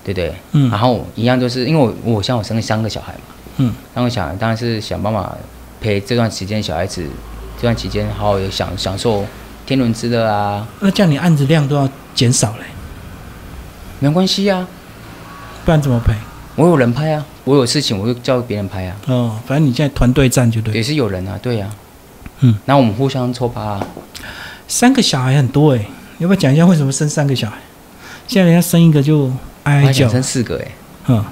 Speaker 2: 对不对？
Speaker 1: 嗯
Speaker 2: 然后一样就是因为我我像我生了三个小孩嘛，
Speaker 1: 嗯，
Speaker 2: 三个小孩当然是想办法陪这段时间小孩子，这段期间好好的享享受天伦之乐啊，
Speaker 1: 那这样你案子量都要减少嘞，
Speaker 2: 没关系啊，
Speaker 1: 不然怎么赔？
Speaker 2: 我有人拍啊，我有事情我就叫别人拍啊，
Speaker 1: 哦，反正你现在团队战就对。
Speaker 2: 也是有人啊，对啊，
Speaker 1: 嗯，
Speaker 2: 那我们互相抽趴啊，
Speaker 1: 三个小孩很多诶，要不要讲一下为什么生三个小孩？现在人家生一个就哀哀
Speaker 2: 我还想
Speaker 1: 叫，
Speaker 2: 生四个哎、
Speaker 1: 嗯，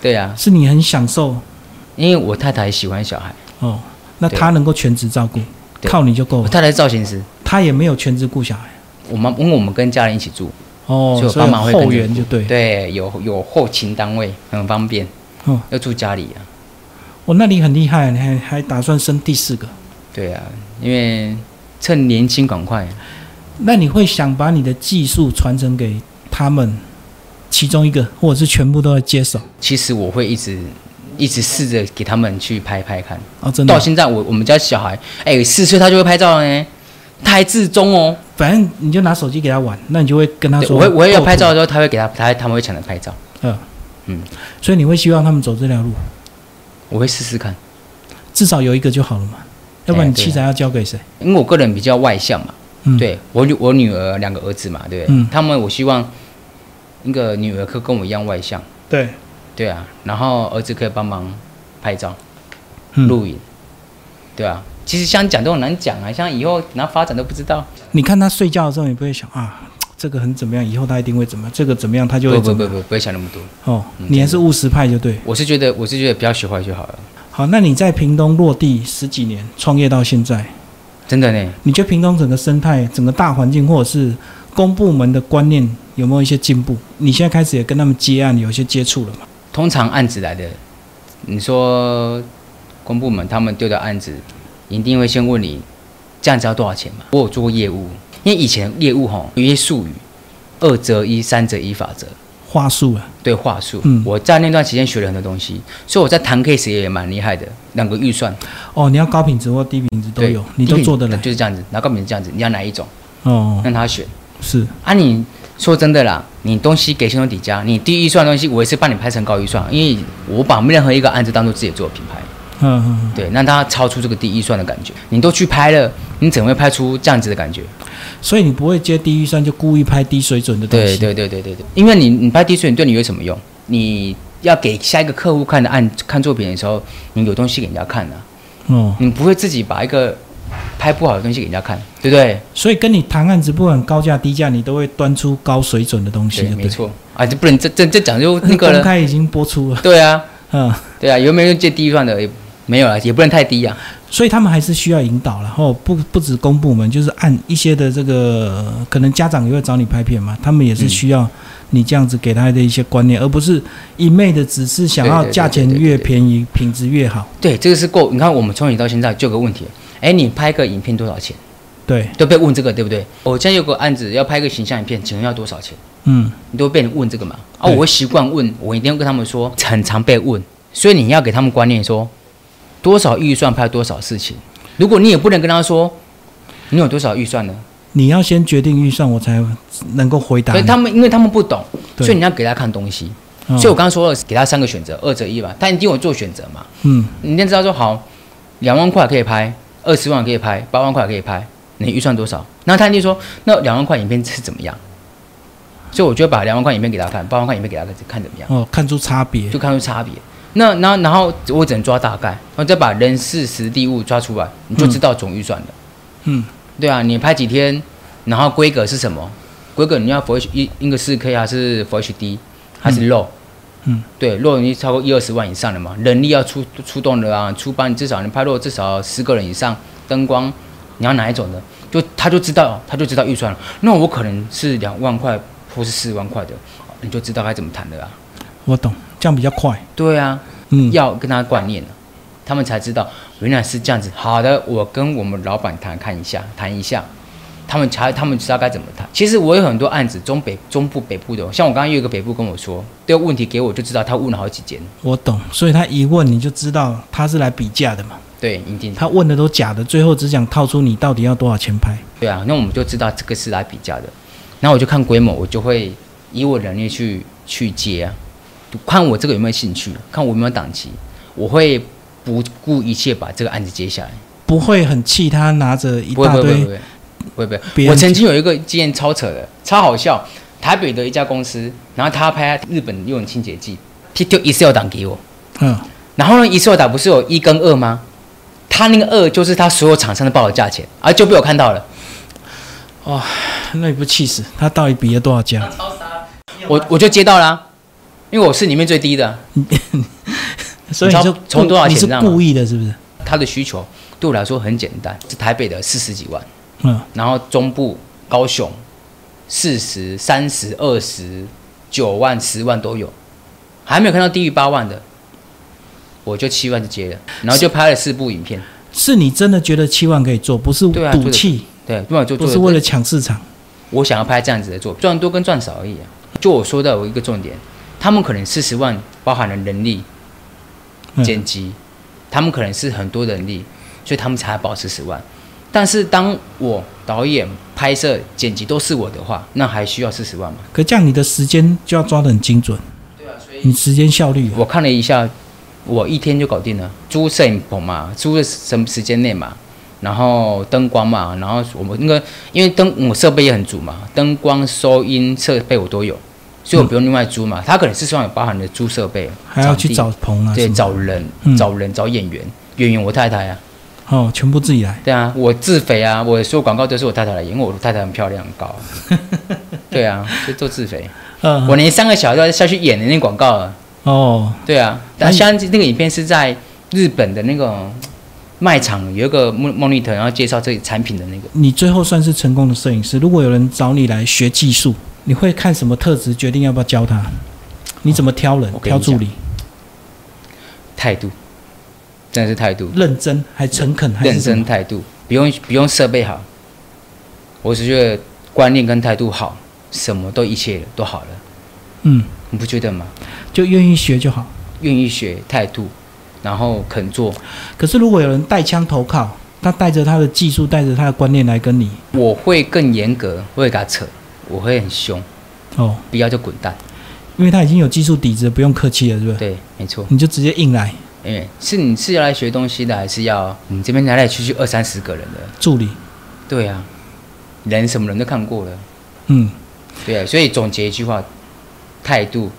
Speaker 2: 对啊，
Speaker 1: 是你很享受
Speaker 2: 因为我太太喜欢小孩，
Speaker 1: 哦，那
Speaker 2: 对
Speaker 1: 他能够全职照顾，
Speaker 2: 对
Speaker 1: 靠你就够
Speaker 2: 我
Speaker 1: 了。
Speaker 2: 太太是造型师，
Speaker 1: 他也没有全职顾小孩
Speaker 2: 我妈因为我们跟家人一起住，
Speaker 1: 哦，
Speaker 2: 所以我
Speaker 1: 所以
Speaker 2: 爸妈会跟
Speaker 1: 后
Speaker 2: 着
Speaker 1: 援就对。
Speaker 2: 对，有有后勤单位，很方便。
Speaker 1: 嗯，
Speaker 2: 要住家里啊。
Speaker 1: 我、哦那你很厉害，你还还打算生第四个？
Speaker 2: 对啊，因为趁年轻赶快。
Speaker 1: 那你会想把你的技术传承给他们其中一个，或者是全部都要接手？
Speaker 2: 其实我会一直一直试着给他们去拍拍看。
Speaker 1: 哦，真的
Speaker 2: 到，现在我我们家小孩，哎，四岁他就会拍照了呢，他还自中哦。
Speaker 1: 反正你就拿手机给他玩，那你就会跟他
Speaker 2: 对
Speaker 1: 说，嗯
Speaker 2: 我会我会要拍照，的时嗯候，他会给他他他们会抢着拍照，
Speaker 1: 所以你会希望他们走这条路，
Speaker 2: 我会试试看。
Speaker 1: 至少有一个就好了嘛，要不然
Speaker 2: 哎
Speaker 1: 你
Speaker 2: 对啊
Speaker 1: 器材要交给谁？
Speaker 2: 因为我个人比较外向嘛，
Speaker 1: 嗯，，
Speaker 2: 对我女我女儿两个儿子嘛，对不对？
Speaker 1: 嗯
Speaker 2: 他们我希望那个女儿可以跟我一样外向。
Speaker 1: 对，
Speaker 2: 对啊，然后儿子可以帮忙拍照、
Speaker 1: 嗯
Speaker 2: 录影，对啊。其实像讲都很难讲啊，像以后等他发展都不知道。
Speaker 1: 你看他睡觉的时候，你不会想啊，这个很怎么样，以后他一定会怎么样，这个怎么样，他就
Speaker 2: 不
Speaker 1: 会
Speaker 2: 不
Speaker 1: 怎么
Speaker 2: 不
Speaker 1: 样。
Speaker 2: 不，不会想那么多。
Speaker 1: 哦，
Speaker 2: 嗯
Speaker 1: 你还是务实派就对。
Speaker 2: 我是觉得，我是觉得不要学坏就好了。
Speaker 1: 好，那你在屏东落地十几年，创业到现在，
Speaker 2: 真的呢，
Speaker 1: 你觉得屏东整个生态、整个大环境，或者是公部门的观念有没有一些进步？你现在开始也跟他们接案，有一些接触了嘛？
Speaker 2: 通常案子来的，你说公部门他们丢的案子，一定会先问你这样子要多少钱嘛？我有做过业务，因为以前业务吼有一些术语，二折一、三折一法则，
Speaker 1: 话术啊，
Speaker 2: 对话术。
Speaker 1: 嗯
Speaker 2: 我在那段时间学了很多东西，所以我在谈 case 也蛮厉害的，两个预算
Speaker 1: 哦，你要高品质或低品质都
Speaker 2: 对
Speaker 1: 有，你都
Speaker 2: 一品
Speaker 1: 做得来
Speaker 2: 就是这样子。然后根本是这样子，你要哪一种，
Speaker 1: 哦，
Speaker 2: 让他选。
Speaker 1: 是
Speaker 2: 啊，你说真的啦，你东西给信用底价，你低预算的东西，我也是帮你拍成高预算，因为我把任何一个案子当做自己的作品拍，
Speaker 1: 嗯嗯，嗯
Speaker 2: 对，让它超出这个低预算的感觉。你都去拍了，你怎么会拍出这样子的感觉？
Speaker 1: 所以你不会接低预算就故意拍低水准的东
Speaker 2: 对
Speaker 1: 西，
Speaker 2: 对对对对对，因为你你拍低水准对你有什么用？你要给下一个客户看的案看作品的时候，你有东西给人家看啊，
Speaker 1: 哦，
Speaker 2: 你不会自己把一个拍不好的东西给人家看，对不对？
Speaker 1: 所以跟你谈案子，不管高价低价，你都会端出高水准的东西，
Speaker 2: 对，
Speaker 1: 对不
Speaker 2: 没
Speaker 1: 对？
Speaker 2: 错啊，这不能这这这讲就那个
Speaker 1: 公
Speaker 2: 了，
Speaker 1: 开已经播出了，
Speaker 2: 对啊，
Speaker 1: 嗯，
Speaker 2: 对啊，有没有人借低预算的？也没有啊，也不能太低啊。
Speaker 1: 所以他们还是需要引导啦，然后不不止公部门，就是按一些的这个，呃可能家长也会找你拍片嘛，他们也是需要你这样子给他的一些观
Speaker 2: 嗯
Speaker 1: 念，而不是一昧的只是想要
Speaker 2: 对对对
Speaker 1: 价钱
Speaker 2: 对对
Speaker 1: 越
Speaker 2: 对
Speaker 1: 便宜，品质越好。
Speaker 2: 对，这个是够。你看，我们从以前到现在就有个问题，哎，你拍个影片多少钱？
Speaker 1: 对，
Speaker 2: 都被问这个，对不对？我现在有个案子要拍一个形象影片，请问要多少钱？
Speaker 1: 嗯，
Speaker 2: 你都会被你问这个嘛？啊，
Speaker 1: 对
Speaker 2: 我会习惯问，我一定会跟他们说，很常被问，所以你要给他们观念说，多少预算拍多少事情。如果你也不能跟他说，你有多少预算呢？
Speaker 1: 你要先决定预算，我才能够回答
Speaker 2: 所以
Speaker 1: 你。
Speaker 2: 他们因为他们不懂，
Speaker 1: 对
Speaker 2: 所以你要给他看东西。
Speaker 1: 嗯
Speaker 2: 所以我刚刚说了，给他三个选择，二择一嘛，他一定有做选择嘛。
Speaker 1: 嗯，
Speaker 2: 你先知道说好，两万块可以拍，二十万可以拍，八万块可以拍，你预算多少？那他就说，那两万块影片是怎么样？所以我就把两万块影片给他看，八万块影片给他看，看怎么样，
Speaker 1: 哦，看出差别
Speaker 2: 就。看出差别。那然后然后我只能抓大概，然后再把人事实地物抓出来，你就知道总预算了。
Speaker 1: 嗯，
Speaker 2: 对啊，你拍几天，然后规格是什么？规格你要 Full H 一一个四 K 还是 Full HD 还是 Low？
Speaker 1: 嗯，
Speaker 2: 对，Low 已经超过一二十万以上了嘛，人力要出出动的啊，出班至少你拍 Low 至少十个人以上，灯光你要哪一种的？就他就知道，他就知道预算了。那我可能是两万块或是四万块的，你就知道该怎么谈的啊。
Speaker 1: 我懂，这样比较快。
Speaker 2: 对啊，
Speaker 1: 嗯，
Speaker 2: 要跟他观念了，他们才知道原来是这样子。好的，我跟我们老板谈看一下，谈一下，他们才他们知道该怎么谈。其实我有很多案子，中北中部北部的，像我刚刚有一个北部跟我说，丢问题给我就知道他问了好几间，
Speaker 1: 我懂。所以他一问你就知道他是来比价的嘛，
Speaker 2: 对，一定
Speaker 1: 他问的都假的，最后只想套出你到底要多少钱拍。
Speaker 2: 对啊，那我们就知道这个是来比价的。然后我就看规模，我就会以我能力去去接、啊，看我这个有没有兴趣，看我有没有档期，我会不顾一切把这个案子接下来。
Speaker 1: 不会很气他拿着一
Speaker 2: 不会
Speaker 1: 大
Speaker 2: 不会
Speaker 1: 堆
Speaker 2: 不会不会不
Speaker 1: 别
Speaker 2: 会。
Speaker 1: 人
Speaker 2: 我曾经有一个经验超扯的，超好笑。台北的一家公司，然后他拍日本用清洁剂，他丢 Excel 档给我。
Speaker 1: 嗯
Speaker 2: 然后呢，Excel 档不是有一跟二吗？他那个二就是他所有厂商的报的价钱，啊，就被我看到了。
Speaker 1: 那你不气死？他到底比了多少家？
Speaker 2: 我我就接到啦、因为我是里面最低的啊。
Speaker 1: 所以你就
Speaker 2: 你知道从多少钱
Speaker 1: 你是
Speaker 2: 这样吗
Speaker 1: 故意的，是不是？
Speaker 2: 他的需求对我来说很简单，是台北的四十几万，
Speaker 1: 嗯，
Speaker 2: 然后中部高雄四十三十二十九万十万都有，还没有看到低于八万的，我就七万就接了，然后就拍了四部影片，
Speaker 1: 是你真的觉得七万可以做，不是
Speaker 2: 对啊
Speaker 1: 赌气，
Speaker 2: 对，啊不然就
Speaker 1: 不
Speaker 2: 做
Speaker 1: 是为了抢市场。
Speaker 2: 我想要拍这样子的作品，赚多跟赚少而已啊。就我说到有一个重点，他们可能四十万包含了人力、
Speaker 1: 嗯
Speaker 2: 剪辑，他们可能是很多人力，所以他们才保持十万。但是当我导演、拍摄、剪辑都是我的话，那还需要四十万吗？
Speaker 1: 可这样你的时间就要抓得很精准，
Speaker 2: 对啊，所
Speaker 1: 你时间效率啊
Speaker 2: 我看了一下，我一天就搞定了，租摄影棚嘛，租的什么时间内嘛，然后灯光嘛，然后我们那个因为灯我设备也很足嘛，灯光、收音设备我都有，所以我不用另外租嘛。他可能是希望有包含的租设备，
Speaker 1: 还要
Speaker 2: 场地
Speaker 1: 去找棚啊，
Speaker 2: 对
Speaker 1: 什么
Speaker 2: 找人
Speaker 1: 嗯
Speaker 2: 找人找演员，演员我太太啊，
Speaker 1: 哦，全部自己来。
Speaker 2: 对啊，我自肥啊，我所有广告都是我太太来演，因为我太太很漂亮很高， 对啊，就做自肥，
Speaker 1: 嗯，
Speaker 2: 我连三个小时都要下去演的那广告了。啊
Speaker 1: 哦，
Speaker 2: 对啊，
Speaker 1: 那
Speaker 2: 但
Speaker 1: 你
Speaker 2: 像那个影片是在日本的那个卖场有一个 mon- monitor，然后介绍这个产品的那个。
Speaker 1: 你最后算是成功的摄影师。如果有人找你来学技术，你会看什么特质决定要不要教他？你怎么挑人、
Speaker 2: 哦我跟
Speaker 1: 挑
Speaker 2: 你
Speaker 1: 助理？
Speaker 2: 态度，真的是态度，
Speaker 1: 认真还诚恳还
Speaker 2: 认
Speaker 1: 是什
Speaker 2: 真
Speaker 1: 么？
Speaker 2: 态度，不用不用设备好，我只觉得观念跟态度好，什么都一切都好了，
Speaker 1: 嗯，
Speaker 2: 你不觉得吗？
Speaker 1: 就愿意学就好。
Speaker 2: 愿意学态度，然后肯做，
Speaker 1: 可是如果有人带枪投靠，他带着他的技术，带着他的观念来跟你，
Speaker 2: 我会更严格，我会给他扯，我会很凶，
Speaker 1: 哦，
Speaker 2: 不要就滚蛋。
Speaker 1: 因为他已经有技术底子，不用客气了，是不是？
Speaker 2: 对，没错，
Speaker 1: 你就直接硬来
Speaker 2: 因为是你是要来学东西的，还是要你这边来来去去二三十个人的？
Speaker 1: 助理，
Speaker 2: 对啊，人什么人都看过了，
Speaker 1: 嗯。
Speaker 2: 对啊，所以总结一句话，态度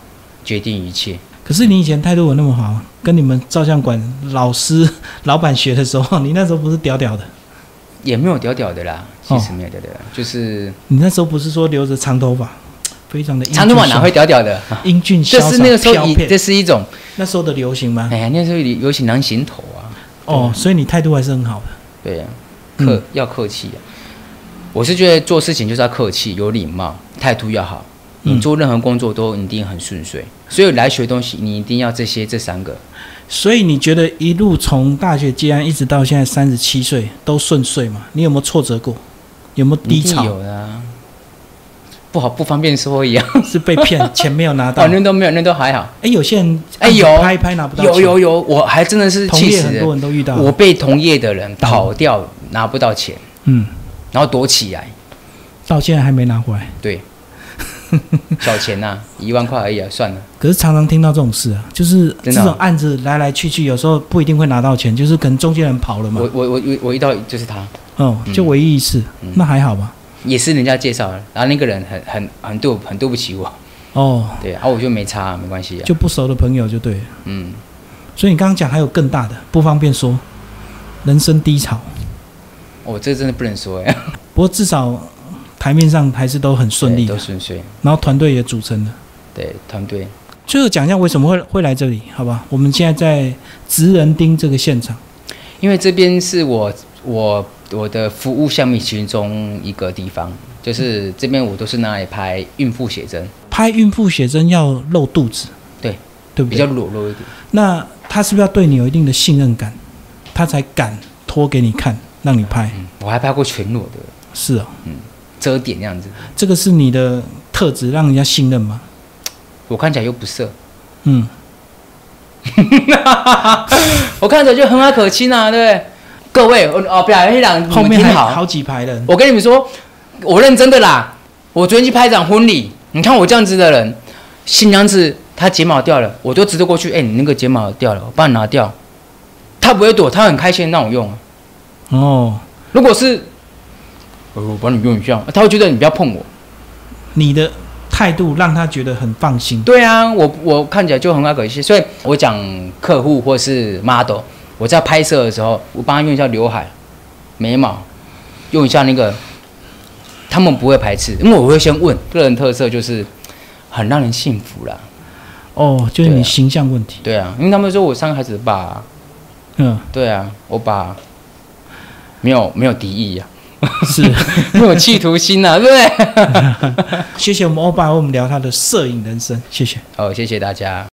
Speaker 2: 决定一切。
Speaker 1: 可是你以前态度有那么好，跟你们照相馆老师、 老板学的时候，你那时候不是屌屌的？
Speaker 2: 也没有屌屌的啦，
Speaker 1: 哦
Speaker 2: 其实没有屌屌的，就是
Speaker 1: 你那时候不是说留着长头发，非常的英俊
Speaker 2: 长头发哪会屌屌的？
Speaker 1: 潇洒英俊潇
Speaker 2: 这
Speaker 1: 洒？
Speaker 2: 是那个时候
Speaker 1: 飘嗯
Speaker 2: 以
Speaker 1: 撇
Speaker 2: 这是一种，
Speaker 1: 那时候的流行吗？
Speaker 2: 哎呀，那时候流行狼行头啊，
Speaker 1: 哦，所以你态度还是很好的。
Speaker 2: 对呀、
Speaker 1: 嗯
Speaker 2: 客、要客气、啊。我是觉得做事情就是要客气、有礼貌，态度要好。
Speaker 1: 嗯
Speaker 2: 你做任何工作都一定很顺遂，所以来学东西，你一定要这些这三个。
Speaker 1: 所以你觉得一路从大学接案一直到现在三十七岁都顺遂吗？你有没有挫折过？有没有低
Speaker 2: 一定
Speaker 1: 潮？
Speaker 2: 有的啊，不好不方便说啊一样，
Speaker 1: 是被 骗，钱没有拿到？
Speaker 2: 反
Speaker 1: 哎、
Speaker 2: 正都没有，那都还好。
Speaker 1: 有些人
Speaker 2: 哎有
Speaker 1: 拍一拍拿不到
Speaker 2: 有
Speaker 1: 钱
Speaker 2: 有有，我还真的是
Speaker 1: 同
Speaker 2: 气
Speaker 1: 业
Speaker 2: 死
Speaker 1: 很
Speaker 2: 人
Speaker 1: 多。啊人都遇到。
Speaker 2: 我被同业的人跑掉，拿不到钱，
Speaker 1: 嗯，
Speaker 2: 然后躲起来，
Speaker 1: 到现在还没拿回来。
Speaker 2: 对，小钱呐、一万块而已啊，算了，
Speaker 1: 可是常常听到这种事啊，就是这
Speaker 2: 真的啊
Speaker 1: 种案子来来去去，有时候不一定会拿到钱，就是可能中间人跑了嘛
Speaker 2: 我。我我我我遇到就是他，
Speaker 1: 哦，
Speaker 2: 嗯
Speaker 1: 就唯一一次，
Speaker 2: 嗯
Speaker 1: 那还好吧？
Speaker 2: 也是人家介绍的，然后那个人很很很对我很对不起我，
Speaker 1: 哦，
Speaker 2: 对，然、啊后我就没差，没关系啊，
Speaker 1: 就不熟的朋友就对了。
Speaker 2: 嗯，
Speaker 1: 所以你刚刚讲还有更大的，不方便说，人生低潮。
Speaker 2: 我、这真的不能说哎、
Speaker 1: 不过至少台面上还是都很顺利啊
Speaker 2: 对
Speaker 1: 的
Speaker 2: 都，顺遂，
Speaker 1: 然后团队也组成了。
Speaker 2: 对，团队
Speaker 1: 最后讲一下为什么会会来这里，好吧？我们现在在职人町这个现场，
Speaker 2: 因为这边是我我我的服务项目其中一个地方，就是这边我都是拿来拍孕妇写真，
Speaker 1: 拍孕妇写真要露肚子，
Speaker 2: 对，
Speaker 1: 对不
Speaker 2: 比较
Speaker 1: 对？
Speaker 2: 裸露一点。
Speaker 1: 那他是不是要对你有一定的信任感，他才敢拖给你看，让你拍？
Speaker 2: 嗯，我还拍过全裸的
Speaker 1: 是哦，
Speaker 2: 遮点那样子，
Speaker 1: 这个是你的特质，让人家信任吗？
Speaker 2: 我看起来又不色，
Speaker 1: 嗯，
Speaker 2: 我看起来就和蔼可亲啊，对不对？各位，我哦，不要黑狼，
Speaker 1: 后
Speaker 2: 你
Speaker 1: 面
Speaker 2: 们
Speaker 1: 还
Speaker 2: 听
Speaker 1: 有
Speaker 2: 好，
Speaker 1: 好几排人，
Speaker 2: 我跟你们说，我认真的啦。我昨天去拍一场婚礼，你看我这样子的人，新娘子她睫毛掉了，我就直接过去，哎、你那个睫毛掉了，我帮你拿掉。她不会躲，她很开心让我用啊。
Speaker 1: 哦，
Speaker 2: 如果是，呃我帮你用一下，她会觉得你不要碰我。
Speaker 1: 你的态度让他觉得很放心。
Speaker 2: 对啊，我我看起来就很可惜，所以我讲客户或是 model，我在拍摄的时候，我帮他用一下刘海、眉毛，用一下那个，他们不会排斥，因为我会先问个人特色，就是很让人信服啦。
Speaker 1: 哦，就是
Speaker 2: 对
Speaker 1: 你
Speaker 2: 啊
Speaker 1: 形象问题。
Speaker 2: 对啊，因为他们说我三个孩子的爸啊，
Speaker 1: 嗯，
Speaker 2: 对啊，我爸没有没有敌意呀、
Speaker 1: 是。
Speaker 2: 啊，没有企图心啊，对不对？
Speaker 1: 谢谢我们欧巴，为我们聊他的摄影人生，谢谢。
Speaker 2: 好，谢谢大家。